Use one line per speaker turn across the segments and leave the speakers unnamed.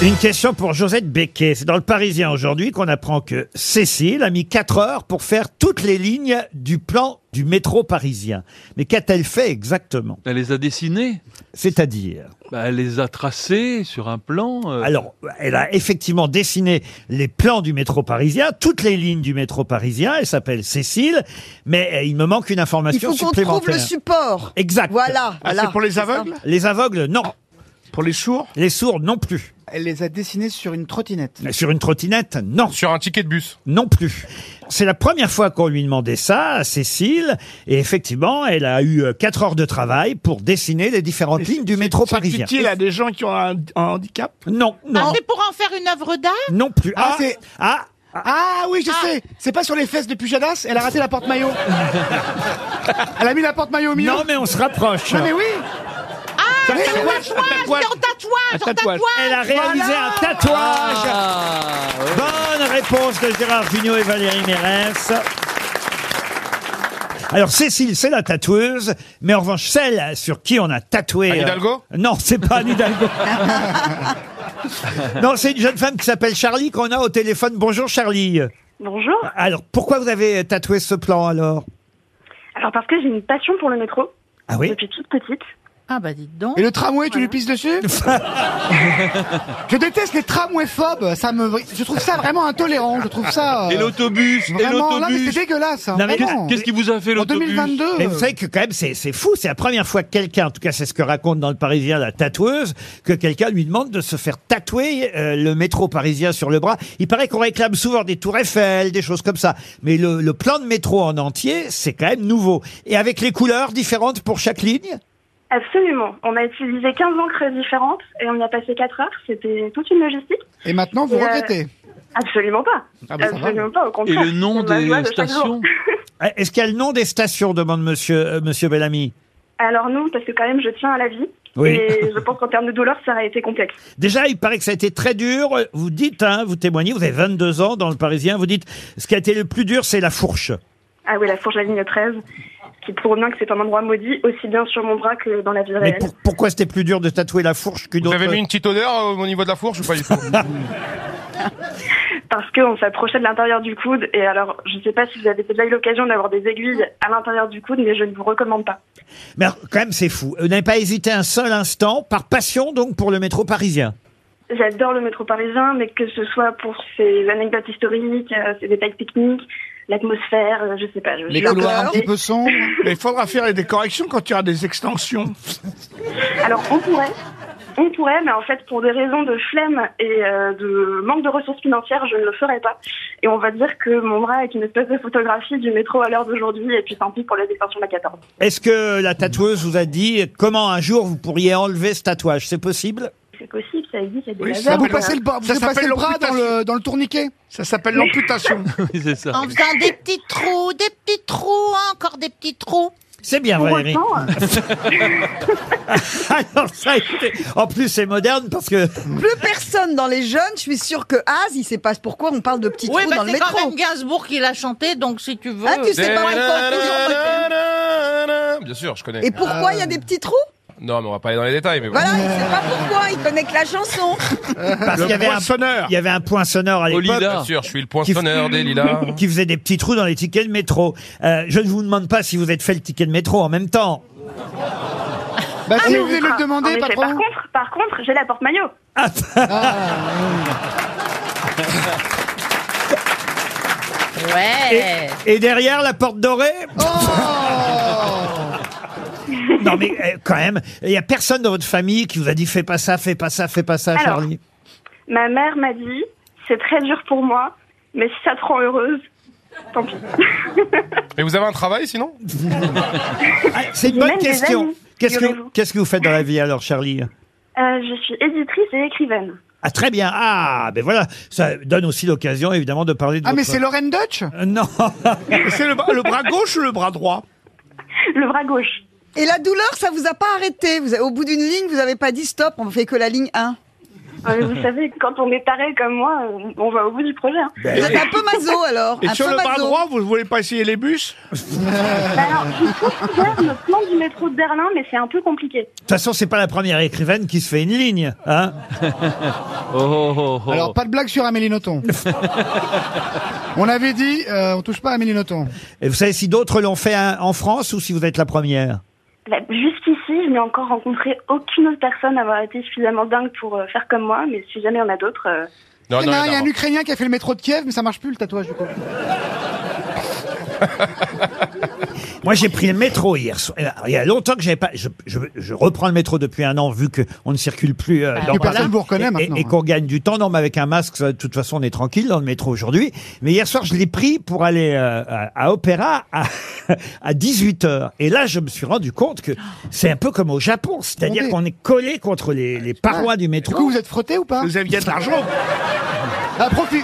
Une question pour Josette Becquet. C'est dans le Parisien aujourd'hui qu'on apprend que Cécile a mis 4 heures pour faire toutes les lignes du plan du métro parisien. Mais qu'a-t-elle fait exactement
Elle les a dessinés,
C'est-à-dire,
bah, elle les a tracés sur un plan. euh,
alors, elle a effectivement dessiné les plans du métro parisien, toutes les lignes du métro parisien. Elle s'appelle Cécile, mais euh, il me manque une
Il
information
faut qu'on
supplémentaire.
trouve le support.
exact.
Voilà,
Ah,
voilà.
c'est pour les
ça.
aveugles
Les aveugles, non.
Pour les sourds
Les sourds, non plus.
Elle les a dessinés sur une trottinette.
Sur une trottinette, non.
Sur un ticket de bus.
Non plus. C'est la première fois qu'on lui demandait ça à Cécile. Et effectivement, elle a eu euh, quatre heures de travail pour dessiner les différentes lignes du métro
C'est
parisien.
utile à des gens qui ont un, un handicap
Non,
Ah,
non,
c'est pour en faire une œuvre d'art
non plus.
Ah,
Ah,
c'est-
ah,
Ah oui, je
Ah.
sais C'est pas sur les fesses de Pujadas Elle a raté la porte-maillot. elle a mis la porte-maillot au milieu.
non, mais on se rapproche.
Ah,
Non, mais oui
Ah,
Mais
c'est un
ouais,
tatouage, c'est en tatouage, en
tatouage.
tatouage.
Elle a réalisé
Voilà.
un tatouage. Bonne réponse de Gérard Vignot et Valérie Mérès. Alors Cécile, c'est la tatoueuse, mais en revanche celle sur qui on a tatoué.
Anne
euh,
Hidalgo
Non, c'est pas Anne Hidalgo. non, c'est une jeune femme qui s'appelle Charlie qu'on a au téléphone. Bonjour Charlie.
Bonjour.
Alors pourquoi vous avez tatoué ce plan alors
Alors parce que j'ai une passion pour le métro
Ah oui.
depuis toute petite.
Ah bah dites donc.
Et le tramway, tu lui pisses dessus Je déteste les tramwayphobes. Ça me... Je trouve ça vraiment intolérant. Je trouve ça... euh,
Et l'autobus Et
Vraiment, là, mais c'est
l'autobus
dégueulasse. hein,
Non, mais
vraiment.
Qu'est-ce qui vous a fait
En
l'autobus
2022...
Mais vous savez que quand même c'est c'est fou, c'est la première fois que quelqu'un, en tout cas c'est ce que raconte dans le Parisien la tatoueuse, que quelqu'un lui demande de se faire tatouer euh, le métro parisien sur le bras. Il paraît qu'on réclame souvent des tours Eiffel, des choses comme ça, mais le, le plan de métro en entier c'est quand même nouveau. Et avec les couleurs différentes pour chaque ligne
Absolument. On a utilisé 15 encres différentes et on y a passé 4 heures. C'était toute une logistique.
Et maintenant, vous
Et, euh,
regrettez.
Absolument pas.
Ah bah, ça va.
Absolument pas, au
Et
contraire.
le nom
C'est ma joie
des
de chaque jour.
stations
Euh, Est-ce qu'il y a le nom des stations demande Monsieur euh, Monsieur Bellamy.
Alors non, parce que quand même, je tiens à la vie.
Oui.
Et je pense qu'en termes de douleur, ça a été complexe.
Déjà, il paraît que ça a été très dur. Vous dites, hein, vous témoignez, vous avez 22 ans dans le Parisien, vous dites, ce qui a été le plus dur, c'est la fourche.
Ah oui, la fourche à la ligne 13, qui prouve bien que c'est un endroit maudit, aussi bien sur mon bras que dans la vie
Mais
réelle.
pour- pourquoi c'était plus dur de tatouer la fourche qu'une
Vous
autre
avez mis une petite odeur euh, au niveau de la fourche ou pas du tout
Parce qu'on s'approchait de l'intérieur du coude. Et alors, je ne sais pas si vous avez déjà eu l'occasion d'avoir des aiguilles à l'intérieur du coude, mais je ne vous recommande pas.
Mais alors, quand même, c'est fou. Vous n'avez pas hésité un seul instant, par passion donc pour le métro parisien.
J'adore le métro parisien, mais que ce soit pour ses anecdotes historiques, euh, ses détails techniques, l'atmosphère, euh, je sais pas. Je,
Les
je-
couloirs un petit peu sombres.
Mais il faudra faire des corrections quand il y aura des extensions.
Alors on pourrait, on pourrait, mais en fait pour des raisons de flemme et euh, de manque de ressources financières, je ne le ferai pas. Et on va dire que mon bras est une espèce de photographie du métro à l'heure d'aujourd'hui, et puis tant pis pour les extensions de la 14.
Est-ce que la tatoueuse vous a dit comment un jour vous pourriez enlever ce tatouage C'est possible
C'est possible, ça existe, il y a des euh,
Oui,
lasers,
ça,
Là, vous
s'appelle-
passez le, bras-
ça
vous passez
s'appelle
le bras dans
l'amputation.
le, dans le tourniquet.
Ça s'appelle l'amputation.
Oui, c'est ça.
En faisant des petits trous, des petits trous, encore des petits trous.
C'est bien,
Pour
Valérie.
autant, euh,
Alors, ça a été- En plus, c'est moderne parce que
Plus personne dans les jeunes, je suis sûre que Az, il sait pas pourquoi on parle de petits
Oui,
trous
bah
dans le
c'est quand
métro.
même Gainsbourg qui l'a chanté, donc si tu veux.
Ah, tu sais pas pourquoi.
Bien sûr, je connais.
Et pourquoi il y a des petits trous
Non, mais on va pas aller dans les détails, mais bon.
Voilà, il sait pas pourquoi, il connaît que la chanson.
parce qu'il y
Le
avait un
poinçonneur.
il y avait un point sonore à l'époque.
Olida.
Bien sûr, je suis le poinçonneur des lilas.
qui faisait des petits trous dans les tickets de métro. Euh, je ne vous demande pas si vous êtes fait le ticket de métro en même temps.
Bah, si
mais
vous voulez me
ah,
le
en
demander,
effet, Par
patron.
contre, par contre, j'ai la porte maillot.
Ah,
Ouais.
Et derrière la porte dorée
Oh
Non mais euh, quand même, il y a personne dans votre famille qui vous a dit fais pas ça, fais pas ça, fais pas ça,
Alors,
Charlie.
Ma mère m'a dit, c'est très dur pour moi, mais si ça te rend heureuse, tant pis.
Mais vous avez un travail sinon
Ah, c'est une
j'ai
bonne
même des
question.
amis,
Qu'est-ce que
figurez-vous.
qu'est-ce que vous faites dans la vie alors, Charlie
Euh, je suis éditrice et écrivaine.
Ah très bien. Ah ben voilà, ça donne aussi l'occasion évidemment de parler de.
Ah, mais
votre-
c'est Lorraine Dutch
Euh, Non.
C'est le, bras- le bras gauche ou le bras droit
Le bras gauche.
Et la douleur, ça vous a pas arrêté. Vous avez- au bout d'une ligne, vous avez pas dit stop, on fait que la ligne 1.
Euh, vous savez, quand on est taré comme moi, on- on va au bout du projet. hein.
Vous êtes un peu maso alors.
Ben Et
un
sur
peu
le bras
maso.
droit, vous voulez pas essayer les bus
Bah alors, je considère le plan du métro de Berlin, mais c'est un peu compliqué.
toute façon, c'est pas la première écrivaine qui se fait une ligne. Hein
Oh, oh, oh, oh.
Alors, pas de blague sur Amélie Nothomb. on avait dit, euh, on touche pas à Amélie Nothomb.
Et vous savez si d'autres l'ont fait hein, en France ou si vous êtes la première
Bah, Jusqu'ici, je n'ai encore rencontré aucune autre personne à avoir été suffisamment dingue pour euh, faire comme moi, mais si jamais il y en a d'autres, euh,
Non,
Eh
Ah,
ben,
non, rien
il y a
à
un
voir.
Ukrainien qui a fait le métro de Kiev, mais ça marche plus le tatouage du coup.
Moi, j'ai pris le métro hier soir. Alors, Il y a longtemps que j'avais pas. Je, je- je reprends le métro depuis un an, vu que on ne circule plus. euh, dans
plus
Paris.
personne vous reconnaît
Et- et-
maintenant,
Et,
hein.
qu'on gagne du temps. Non, mais avec un masque, ça, de toute façon, on est tranquille dans le métro aujourd'hui. Mais hier soir, je l'ai pris pour aller euh, à, à Opéra à, à 18h. Et là, je me suis rendu compte que c'est un peu comme au Japon. C'est-à-dire
Bondé.
qu'on est collé contre les, les parois du
Ah. Du coup,
métro.
vous êtes frotté ou pas
Vous aviez de l'argent
Ah, profi-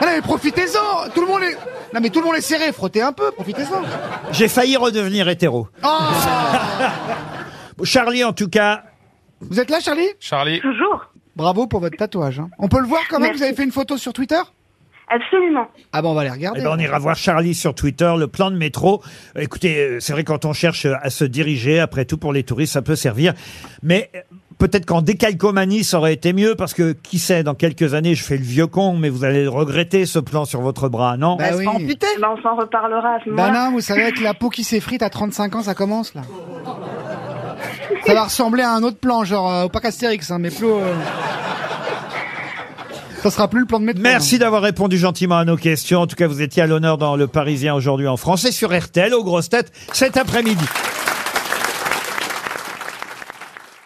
Ah, non, mais profitez-en Tout le monde est... Non mais tout le monde est serré, frottez un peu, profitez-en
J'ai failli redevenir hétéro.
Ah
Charlie, en tout cas,
Vous êtes là, Charlie
Charlie,
toujours.
Bravo pour votre tatouage. hein. On peut le voir quand même Vous avez fait une photo sur Twitter
Absolument.
Ah bah on va les
Eh
regarder.
ben, on ira voir Charlie sur Twitter, le plan de métro. Euh, Écoutez, euh, c'est vrai quand on cherche euh, à se diriger, après tout pour les touristes, ça peut servir. Mais euh, peut-être qu'en décalcomanie, ça aurait été mieux parce que qui sait, dans quelques années, je fais le vieux con, mais vous allez le regretter ce plan sur votre bras, non
Bah
Elle
oui.
sera amputée.
Bah, on s'en reparlera à ce
Bah
moment-là.
non, vous savez, avec la peau qui s'effrite à 35 ans, ça commence là. Ça va ressembler à un autre plan, genre euh, au parc Astérix, hein, mais plus... euh, Ça sera plus le plan de métro.
Merci d'avoir répondu gentiment à nos questions. En tout cas, vous étiez à l'honneur dans Le Parisien aujourd'hui en français sur RTL aux grosses têtes cet après-midi.